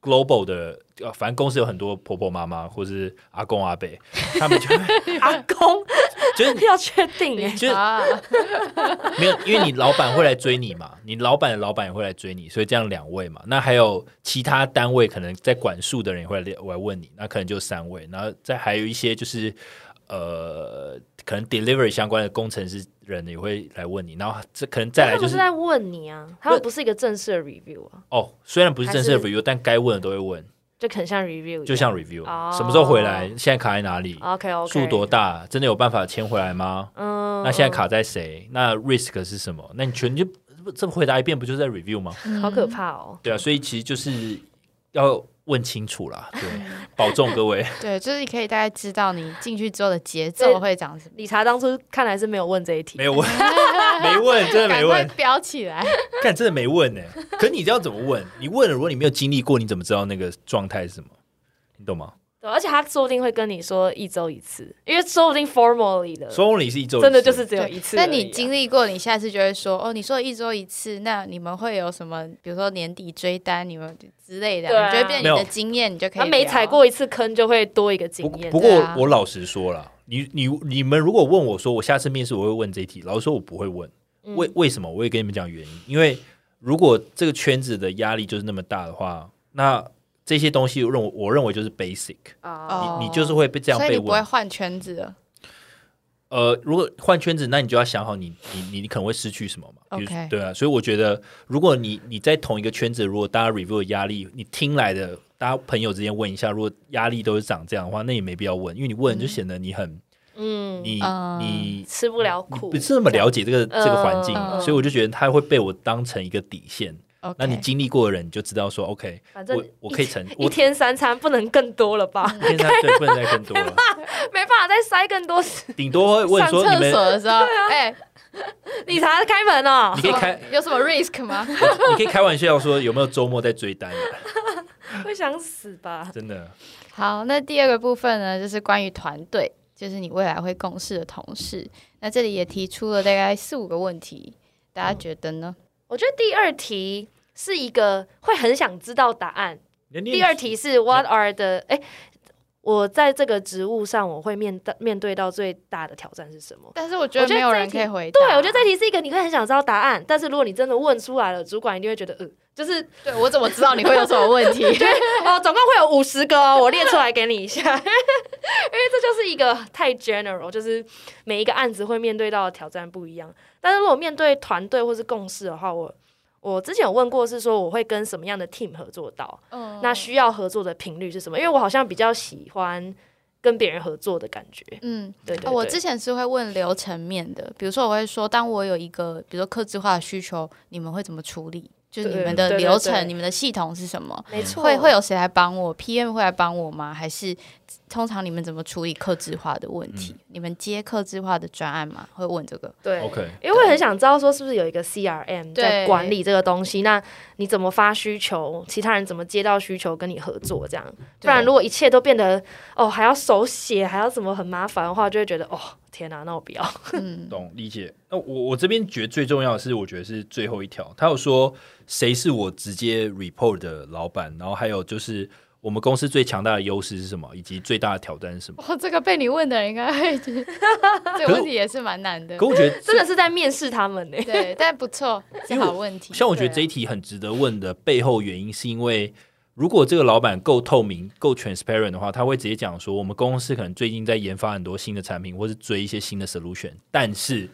global 的，呃反正公司有很多婆婆妈妈或是阿公阿伯，他们就会 <laughs> 阿公 <laughs> 就是 <laughs> 要确定哎、就是啊，没有，因为你老板会来追你嘛， <laughs> 你老板的老板也会来追你，所以这样两位嘛。那还有其他单位可能在管束的人也会来来问你，那可能就三位。然后再还有一些就是呃，可能 delivery 相关的工程师人也会来问你。然后这可能再来他就们是在问你啊，他们不是一个正式的 review 啊，哦，虽然不是正式还的 review，但该问的都会问，就很像 review，一样就像 review，、哦什么时候回来，现在卡在哪里， OK OK，数多大，真的有办法签回来吗？嗯，那现在卡在谁？那 risk 是什么？那你全你就这么回答一遍，不就是在 review 吗？嗯好可怕哦。对啊，所以其实就是要问清楚啦， <laughs> 对，保重各位。对，就是你可以大概知道你进去之后的节奏会长什么。理查当初看来是没有问这一题 <laughs> 没，有问，没问，真的没赶快问，标起来，看真的没问呢、可你这样怎么问？你问了，如果你没有经历过，你怎么知道那个状态是什么？你懂吗？对，而且他说不定会跟你说一周一次，因为说不定 formally 的，说你是一周一次真的就是只有对一次而已那啊。你经历过，你下次就会说哦，你说一周一次，那你们会有什么？比如说年底追单，你们之类的，对啊你就会变成没有你的经验，你就可以他聊。啊没踩过一次坑，就会多一个经不验。不对过啊我老实说了，你你你们如果问我说我下次面试我会问这一题，老实说我不会问，嗯为为什么？我也跟你们讲原因，因为如果这个圈子的压力就是那么大的话，那这些东西我认为我认为就是 basic，、啊，哦你你就是会被这样所以被你不会问。换圈子了。呃，如果换圈子，那你就要想好你你你你可能会失去什么嘛比如 OK 对啊，所以我觉得如果你你在同一个圈子，如果大家 review 的压力，你听来的大家朋友之间问一下，如果压力都是长这样的话，那也没必要问，因为你问就显得你很、嗯，你、嗯你吃不了苦，不是那么了解这个嗯这个环境，嗯所以我就觉得他会被我当成一个底线。 OK，那你经历过的人，你就知道说，OK，反正我我可以承，一我天三餐不能更多了吧？ <laughs> 天上对不能再更多了，没办法再塞更多时。顶多会问上说你厕们，所的 <laughs> 时候，啊哎、理查开门哦你，可以开，有什么 risk 吗？ <laughs> 你可以开玩笑说有没有周末在追单，啊 <laughs> 会想死吧？真的。好，那第二个部分呢，就是关于团队，就是你未来会共事的同事。那这里也提出了大概四五个问题，大嗯家觉得呢？我觉得第二题是一个会很想知道答案。第第二，题是 What are the 哎、我在这个职务上，我会面到面对到最大的挑战是什么？但是我觉得我觉没得有这一人题可以回答。对，我觉得这题是一个你会很想知道答案，但是如果你真的问出来了，主管一定会觉得，呃，就是对我怎么知道你会有什么问 <laughs> 题？ <laughs> 哦，总共会有五十个哦，我列出来给 <laughs> 你一下，因为这就是一个太 general，就是每一个案子会面对到的挑战不一样。但是如果面对团队或是共事的话，我我之前有问过，是说我会跟什么样的 team 合作到，嗯那需要合作的频率是什么？因为我好像比较喜欢跟别人合作的感觉。嗯，对对哦我对之前是会问流程面的，比如说我会说，当我有一个比如说客制化的需求，你们会怎么处理？就是你对们的对对流程、对你们的系统是什么？没错，会会有谁来帮我？PM 会来帮我吗？还是通常你们怎么处理客制化的问题？你们接客制化的专案吗？会问这个？对 OK，因为我很想知道说是不是有一个 CRM 对在管理这个东西，那你怎么发需求，其他人怎么接到需求跟你合作这样？不然如果一切都变得哦还要手写，还要怎么很麻烦的话，就会觉得哦天哪、那我不要。嗯，懂理解。那我我这边觉得最重要的是，我觉得是最后一条，他有说谁是我直接 report 的老板，然后还有就是我们公司最强大的优势是什么，以及最大的挑战是什么。哦哇，这个被你问的人应该会觉 <laughs> 得这个问题也是蛮难的可。我觉得 <laughs> 真的是在面试他们呢、对，但不 <laughs> 错，是因为好问题。像我觉得对啊这一题很值得问的背后原因，是因为如果这个老板够透明、够 transparent 的话，他会直接讲说，我们公司可能最近在研发很多新的产品，或是追一些新的 solution，但是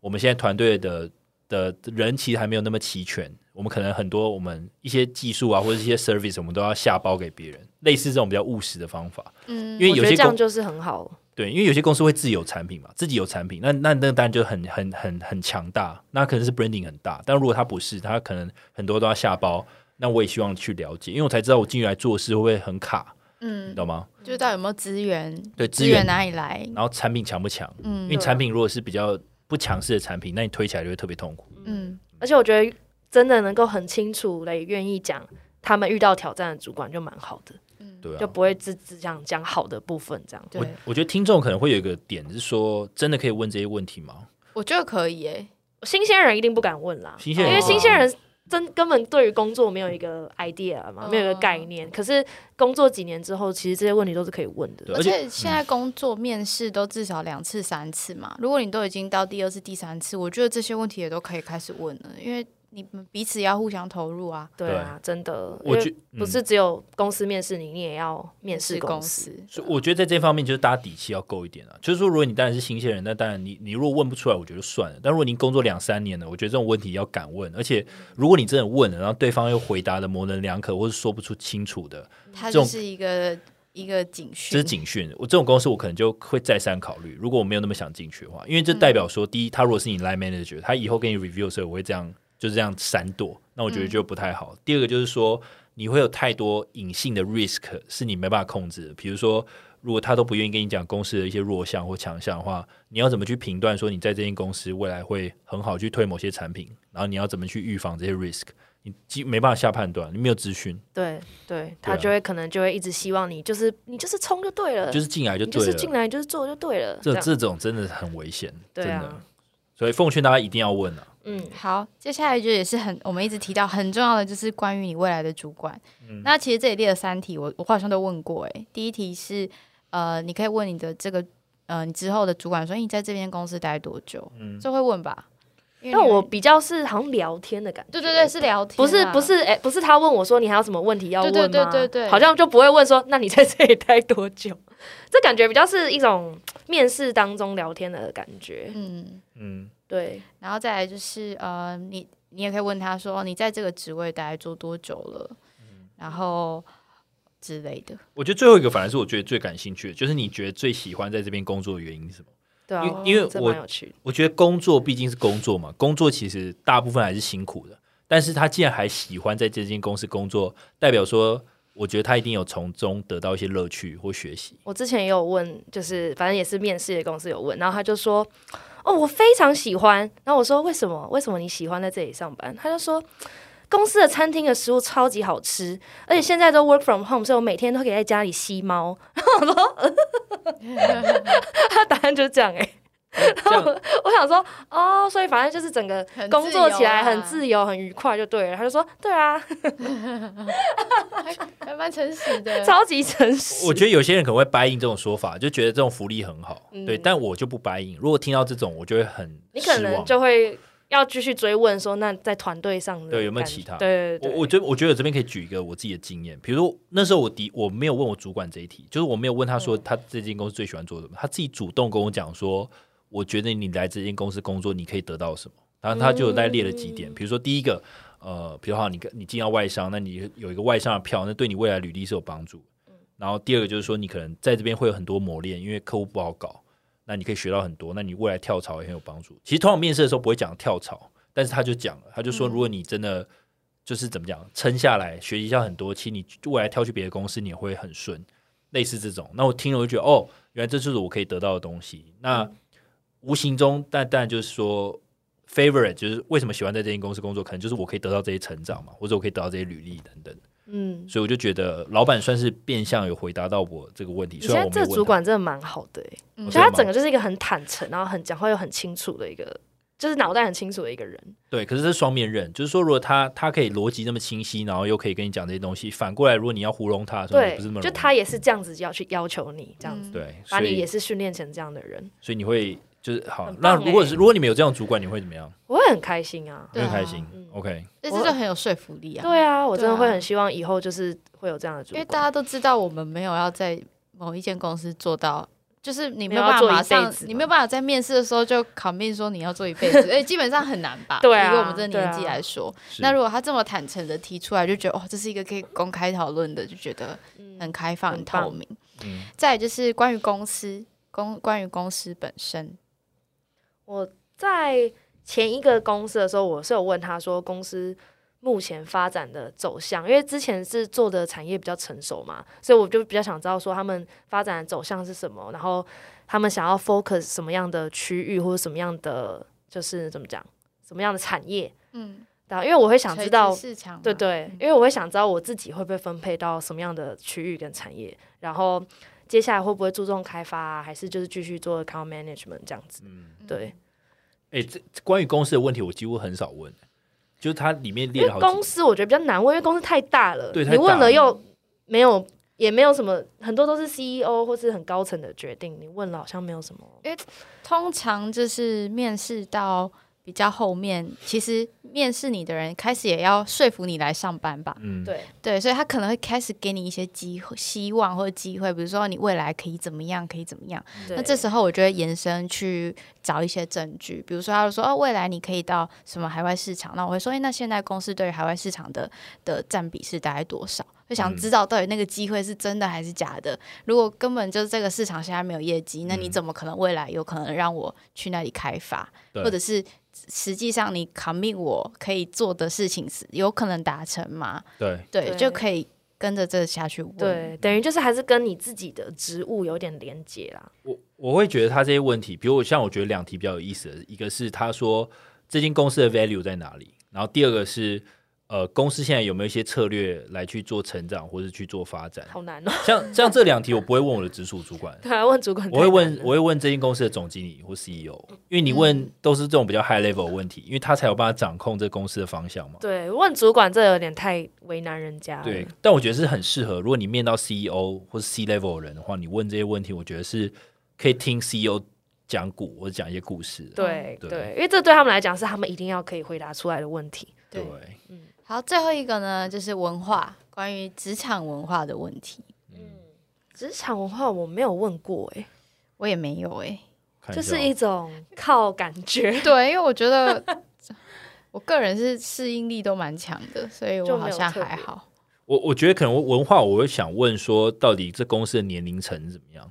我们现在团队的的人其实还没有那么齐全，我们可能很多我们一些技术啊，或者一些 service，我们都要下包给别人，类似这种比较务实的方法。嗯，因为 <laughs> 我有觉得些这公样就是很好。对，因为有些公司会自有产品嘛，自己有产品，那那那当然就很很很很强大，那可能是 branding 很大，但如果他不是，他可能很多都要下包，那我也希望去了解，因为我才知道我进来做事会不会很卡，你嗯，懂吗？就到底有没有资源？对，资资源源，哪里来？然后产品强不强？因嗯为产品如果是比较不强势的产品，那你推起来就会特别痛苦。嗯，而且我觉得真的能够很清楚的愿意讲他们遇到挑战的主管就蛮好的，对就啊，不会只只想讲好的部分这样。对我，我觉得听众可能会有一个点是说，真的可以问这些问题吗？我觉得可以诶。新鲜人一定不敢问啦，新鲜人因为哦新鲜人真根本对于工作没有一个 idea 嘛，嗯没有一个概念。可是工作几年之后，其实这些问题都是可以问的对，。而而且嗯且现在工作面试都至少两次、三次嘛。如果你都已经到第二次、第三次，我觉得这些问题也都可以开始问了，因为你们彼此要互相投入啊。对啊，真的，我因觉嗯为不是只有公司面试你，你也要面试公司。司，所以我觉得在这方面就是大家底气要够一点啊。就是说，如果你当然是新鲜人，那当然你你如果问不出来，我觉得就算了。但如果您工作两三年了，我觉得这种问题要敢问，而且如果你真的问了，然后对方又回答的模棱两可，或是说不出清楚的，它这就种是一个一个警讯。这是警讯。我这种公司我可能就会再三考虑，如果我没有那么想进去的话，因为这代嗯表说，第一，他如果是你 line manager，他以后跟你 review 的时候，我会这样就是这样闪躲，那我嗯觉得就不太好。第二个就是说，你会有太多隐性的 risk 是你没办法控制的，比如说。如果他都不愿意跟你讲公司的一些弱项或强项的话，你要怎么去评断说你在这间公司未来会很好去推某些产品？然后你要怎么去预防这些 risk？你基没办法下判断，你没有资讯，对对，他对啊就会可能就会一直希望你就是你就是冲就对了，就是进来就你就对是了。进来你就是做就对了， <laughs> 这这样这种真的很危险，真对啊的。所以奉劝大家一定要问啊，嗯好，接下来就也是很我们一直提到很重要的，就是关于你未来的主管。嗯那其实这里列了三题，我我好像都问过诶、第一题是呃，你可以问你的这个呃，你之后的主管说诶你在这边公司待多久，嗯这会问吧？因为但你我比较是好像聊天的感觉，对对对，是聊天不是啊不是哎、不是他问我说你还有什么问题要问吗？对对对对对好像就不会问说那你在这里待多久， <laughs> 这感觉比较是一种面试当中聊天的感觉。嗯，嗯，对，然后再来就是呃，你你也可以问他说哦你在这个职位大概做多久了，然后之类的。我觉得最后一个反而是我觉得最感兴趣的，就是你觉得最喜欢在这边工作的原因是什么？对啊，因因为这我蛮有趣的。我觉得工作毕竟是工作嘛，工作其实大部分还是辛苦的，但是他既然还喜欢在这间公司工作，代表说，我觉得他一定有从中得到一些乐趣或学习。我之前也有问，就是反正也是面试的公司有问，然后他就说：“哦，我非常喜欢。”然后我说：“为什么？为什么你喜欢在这里上班？”他就说：“公司的餐厅的食物超级好吃，而且现在都 work from home，所以我每天都可以在家里吸猫。”然后我说呃：“ <laughs> 他答案就是这样哎、欸。”哦这样我想说，哦，所以反正就是整个很自由啊工作起来很啦自由、很愉快就对了。他就说：“对啊，还 <laughs> 还蛮诚实的。超级诚实。”我觉得有些人可能会掰硬这种说法，就觉得这种福利很好，对，但我就不掰硬。如果听到这种，我就会很嗯你可失能望。就会要继续追问说，那在团队上的对有没有感觉其他对对对，我我觉得我觉得我这边可以举一个我自己的经验，比如说那时候我的我没有问我主管这一题，就是我没有问他嗯说他这间公司最喜欢做什么，他自己主动跟我讲说，我觉得你来这间公司工作，你可以得到什么。然后他就有在列了几点，比如说第一个，呃，比如说好你跟你进到外商，那你有一个外商的票，那对你未来履历是有帮助。嗯然后第二个就是说，你可能在这边会有很多磨练，因为客户不好搞，那你可以学到很多，那你未来跳槽也很有帮助。其实通常面试的时候不会讲跳槽，但是他就讲了，他就说，如果你真的就是怎么讲，撑下来学习一下很多，其实你未来跳去别的公司你也会很顺，类似这种。那我听了我就觉得，哦，原来这就是我可以得到的东西。那无形中，但但就是说，favorite 就是为什么喜欢在这间公司工作，可能就是我可以得到这些成长嘛，或者我可以得到这些履历等等。嗯，所以我就觉得老板算是变相有回答到我这个问题。你虽现然在这我没有个问主他，管真的蛮好的欸，嗯我就觉他得蛮整个就是一个很坦诚，然后很讲话又很清楚的一个，就是脑袋很清楚的一个人。对，可是这是双面刃，就是说，如果他他可以逻辑那么清晰，然后又可以跟你讲这些东西，反过来，如果你要糊弄他的时候，也对不是那么，容就易他也是这样子要去要求你这样子，对，把所你也以是训练成这样的人，所以你会就是好很。那棒如果欸是如果你们有这样的主管，你会怎么样？我会很开心啊。你对会啊开心嗯？OK，这这就很有说服力啊。对啊，我真的对啊会很希望以后就是会有这样的主因为管，大家都知道我们没有要在某一间公司做到，就是你没有没有办要法做一马辈上子，嘛你没有办法在面试的时候就 commit 说你要做一辈子， <laughs> 哎、基本上很难吧？对啊以我们这个年纪对啊来说，是那如果他这么坦诚的提出来，就觉得哦，这是一个可以公开讨论的，就觉得嗯很开放、很很棒透明。嗯再来就是关于公司。公关于公司本身，我在前一个公司的时候，我是有问他说公司目前发展的走向，因为之前是做的产业比较成熟嘛，所以我就比较想知道说他们发展的走向是什么，然后他们想要 focus 什么样的区域或者什么样的就是怎么讲什么样的产业，嗯，然后因为我会想知道垂直市场嘛，嗯对对，因为我会想知道我自己会被分配到什么样的区域跟产业，然后接下来会不会注重开发、啊，还是就是继续做 account management 这样子？嗯对，哎、这这关于公司的问题，我几乎很少问，就是它里面因列为了好几公司我觉得比较难问，因为公司太大了，对太你大问了了又没有，也没有什么，很多都是 CEO 或是很高层的决定，你问了好像没有什么。通常就是面试到比较后面，其实面试你的人开始也要说服你来上班吧。嗯，对，对，所以他可能会开始给你一些机会、希望或者机会，比如说你未来可以怎么样，可以怎么样。对那这时候我就会延伸去找一些证据，比如说他就说哦，未来你可以到什么海外市场，那我会说，哎，那现在公司对于海外市场的的占比是大概多少？就想嗯知道到底那个机会是真的还是假的。如果根本就是这个市场现在没有业绩，那你嗯怎么可能未来有可能让我去那里开发，对或者是？实际上，你 commit 我可以做的事情是有可能达成吗？对，对，对就可以跟着这下去问。对，等于就是还是跟你自己的职务有点连接啦。我我会觉得他这些问题，比如我像我觉得两题比较有意思的，一个是他说这间公司的 value 在哪里，然后第二个是呃，公司现在有没有一些策略来去做成长或者去做发展？好难哦。像像这两题，我不会问我的直属主管 <laughs> ，对啊，问主管太我会难了，问我会问这间公司的总经理或 CEO，因为你嗯问都是这种比较 high level 的问题，因为他才有办法掌控这公司的方向嘛。对，问主管这有点太为难人家了。对，但我觉得是很适合，如果你面到 CEO 或是 C level 的人的话，你问这些问题，我觉得是可以听 CEO 讲股或者讲一些故事的。对对对，因为这对他们来讲是他们一定要可以回答出来的问题。对对，好，最后一个呢，就是文化，关于职场文化的问题，职场文化我没有问过、欸，我也没有欸诶、，看就下哦是一种靠感觉 <laughs> 对，因为我觉得 <laughs> 我个人是适应力都蛮强的，所以就我没好有像特还别好。我我觉得可能文化，我会想问说，到底这公司的年龄层是怎么样？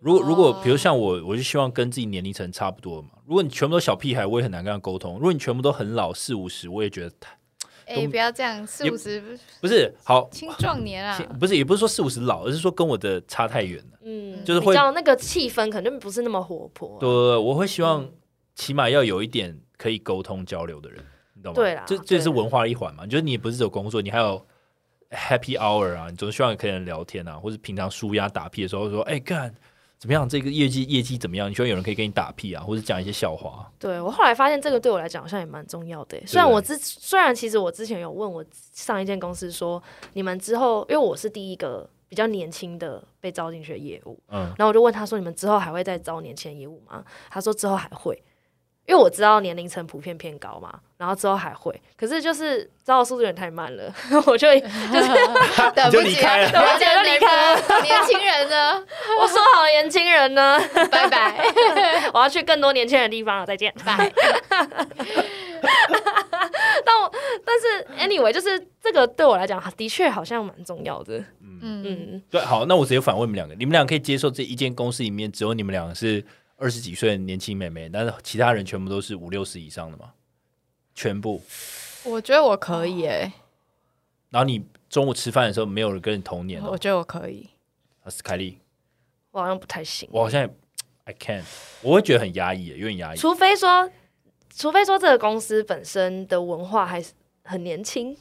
如果如果哦比如像我，我就希望跟自己年龄层差不多嘛。如果你全部都小屁孩，我也很难跟他沟通；如果你全部都很老，四五十，我也觉得太哎、都不要这样，四也五十不是好，青壮年 <laughs> 啊，不是也不是说四五十老，而是说跟我的差太远了。嗯，就是比会较那个气氛可能不是那么活泼、嗯对，我会希望起码要有一点可以沟通交流的人，你懂吗？对啦这对这是文化的一环嘛。就是你不是只有工作，你还有 happy hour 啊，你总是希望可以人聊天啊，或者平常舒压打屁的时候说，哎、干怎么样？这个业绩业绩怎么样？你希望有人可以跟你打屁啊，或者讲一些笑话啊、 <laughs> 对我后来发现这个对我来讲好像也蛮重要的、欸。虽然我之虽然其实我之前有问我上一间公司说，你们之后因为我是第一个比较年轻的被招进去的业务，嗯然后我就问他说，你们之后还会再招年轻的业务吗？他说之后还会。因为我知道年龄层普遍偏高嘛，然后之后还会，可是就是招的速度有点太慢了， <laughs> 我就等不就离及开了等不及就离开了。年轻人呢？我说好年轻人呢，拜拜 <laughs> 我要去更多年轻人的地方了，再见。拜。 <laughs> 但我但是 anyway，就是这个对我来讲，的确好像蛮重要的。 <laughs> 嗯，嗯， <laughs> 对，好，那我直接反问你们两个，你们俩可以接受这一间公司里面只有你们两个是二十几岁的年轻妹妹，但是其他人全部都是五六十以上的吗？全部。我觉得我可以欸诶、然后你中午吃饭的时候没有人跟你同年我哦，觉得我可以。啊斯凯利，我好像不太行。我好像也 I can，我会觉得很压抑耶，有点压抑。除非说，除非说这个公司本身的文化还是很年轻，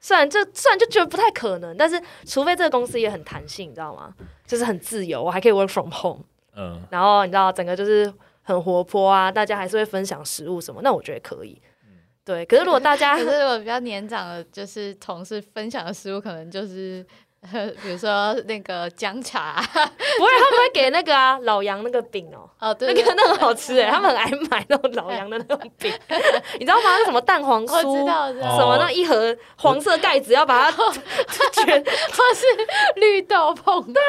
虽然这虽然就觉得不太可能，但是除非这个公司也很弹性，你知道吗？就是很自由，我还可以 work from home，嗯，然后你知道整个就是很活泼啊，大家还是会分享食物什么，那我觉得可以。对，可是如果大家 <laughs> 可是我比较年长的，就是同事分享的食物，可能就是。呃比如说那个姜茶啊， <laughs> 不会，他们会给那个啊老杨那个饼哦、哦对那对个那个好吃哎、他们很爱买那种老杨的那种饼，你知道吗？那什么蛋黄我酥，知道，我知道，什么那一盒黄色盖子，要把它卷， <laughs> 或是绿豆碰，对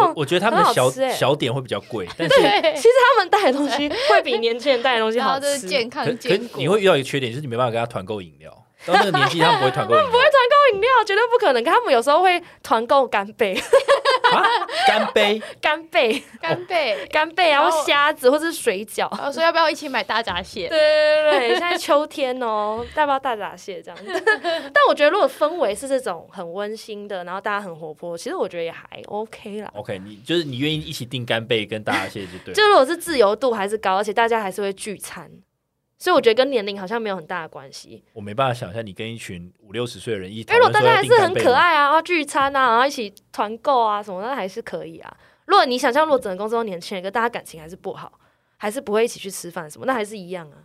我我觉得他们的很小好吃耶欸小点会比较 <laughs> 贵，但是其实他们带的东西会比年轻人带的东西然好后就吃是。健康可可坚果，你会遇到哦一个缺点，就是你没办法跟他团购饮料。到那个年纪，他们不会团购 <laughs> 饮料喝饮料绝对不可能，可他们有时候会团购干贝、啊，干杯。干贝、干贝。干贝啊，然然后后虾子或是水饺。然后哦说要不要一起买大闸蟹？对对对对，现在秋天哦，大包大闸蟹这样子。但我觉得如果氛围是这种很温馨的，然后大家很活泼，其实我觉得也还 OK 啦。 OK，你就是你愿意一起订干贝跟大家谢就对了。就如果是自由度还是高，而且大家还是会聚餐，所以我觉得跟年龄好像没有很大的关系。我没办法想象你跟一群五六十岁的人一起因讨为如果论大说家要还订是干很贝吗，可爱啊，然后聚餐啊，然后一起团购啊什么，那还是可以啊。如果你想象，如果整个公司都年轻人，跟大家感情还是不好，还是不会一起去吃饭什么，那还是一样啊，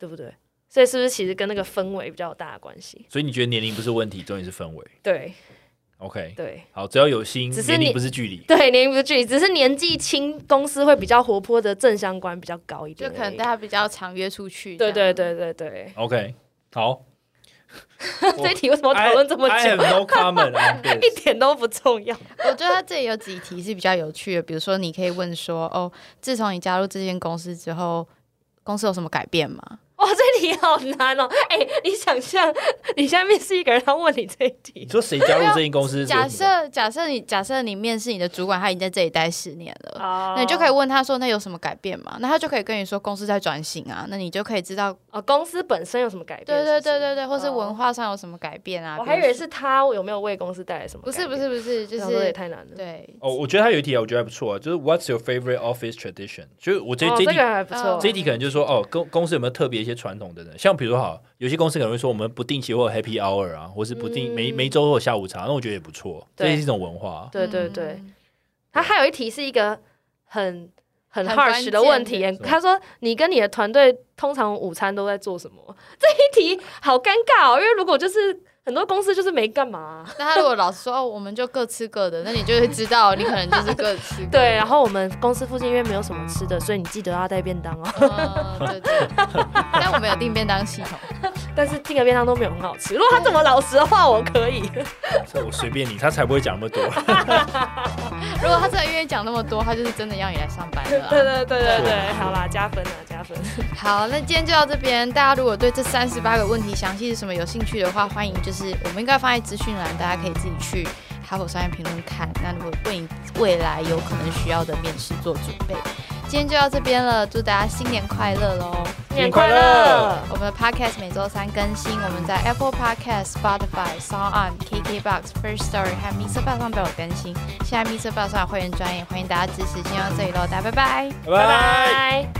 对不对？所以是不是其实跟那个氛围比较有大的关系？所以你觉得年龄不是问题，重点是氛围。对 OK，对好，只要有心，只是年龄你不是距离。对，年龄不距，只是年纪轻，公司会比较活泼的正相关比较高一就点而已，可能大家比较常约出去。对这样对对对对。 OK，好。这一题为什么讨论这么 I, I have 久？哎 no comment on <laughs> 一 this。点都不重要。我觉得他这里有几题是比较有趣的，比如说你可以问说，哦，自从你加入这间公司之后，公司有什么改变吗？ <laughs> 哇，这题好难哦！ <laughs> 哎、你想象你下面是一个人，他问你这一题你，说谁加入这间公司？假设假设你假设你面试你的主管，他已经在这里待十年了。哦那你就可以问他说，那有什么改变吗？那他就可以跟你说公司在转型啊，那你就可以知道，哦，公司本身有什么改变？对对对是对对，或是哦文化上有什么改变啊？不是，我比如还以为是他有没有为公司带来什么不改是变？不是不是，就想说也是太难了。对哦，我觉得他有一题啊，我觉得还不错啊，就是 What's your favorite office tradition？就是我这哦，这一这题个还不错嗯。这一题可能就是说，哦，公公司有没有特别一些传统的人，像比如说好，有些公司可能会说我们不定期会有 Happy Hour 啊，或是不定、嗯每每周会有下午茶，那我觉得也不错，这对也是一种文化。啊对对对，嗯，他还有一题是一个很很很关 harsh 的问键题的耶，他说你跟你的团队通常午餐都在做什么？这一题好尴尬哦，因为如果就是很多公司就是没干嘛啊、那他如果老是说、哦、我们就各吃各的，那你就会知道你可能就是各吃各的。 <laughs> 对，然啊后我们公司附近因为没有什么吃的，所以你记得要带便当 <laughs> 哦。嗯对对，但我们有订便当系统，但是订的便当都没有很好吃。如果他这么老实的话，我可以。这我随便你，他才不会讲那 <laughs> 么多。如果他真的愿意讲那么多，他就是真的要你来上班了啊、 <laughs> 对对对对对，好啦，加分啦，加分。好，那今天就到这边。大家如果对这三十八个问题详细是什么有兴趣的话，欢迎就是我们应该放在资讯栏，大家可以自己去哈佛商业评论看。那如果为你未来有可能需要的面试做准备，今天就到这边了，祝大家新年快乐喽！新年快乐！我们的 Podcast 每周三更新，我们在 Apple Podcast、Spotify、Sound On、KKBox、First Story 和 Mr. b 上都有更新。现在 Mr. b 上有会员专业，欢迎大家支持。今天到这里喽，大家拜拜。拜拜。拜。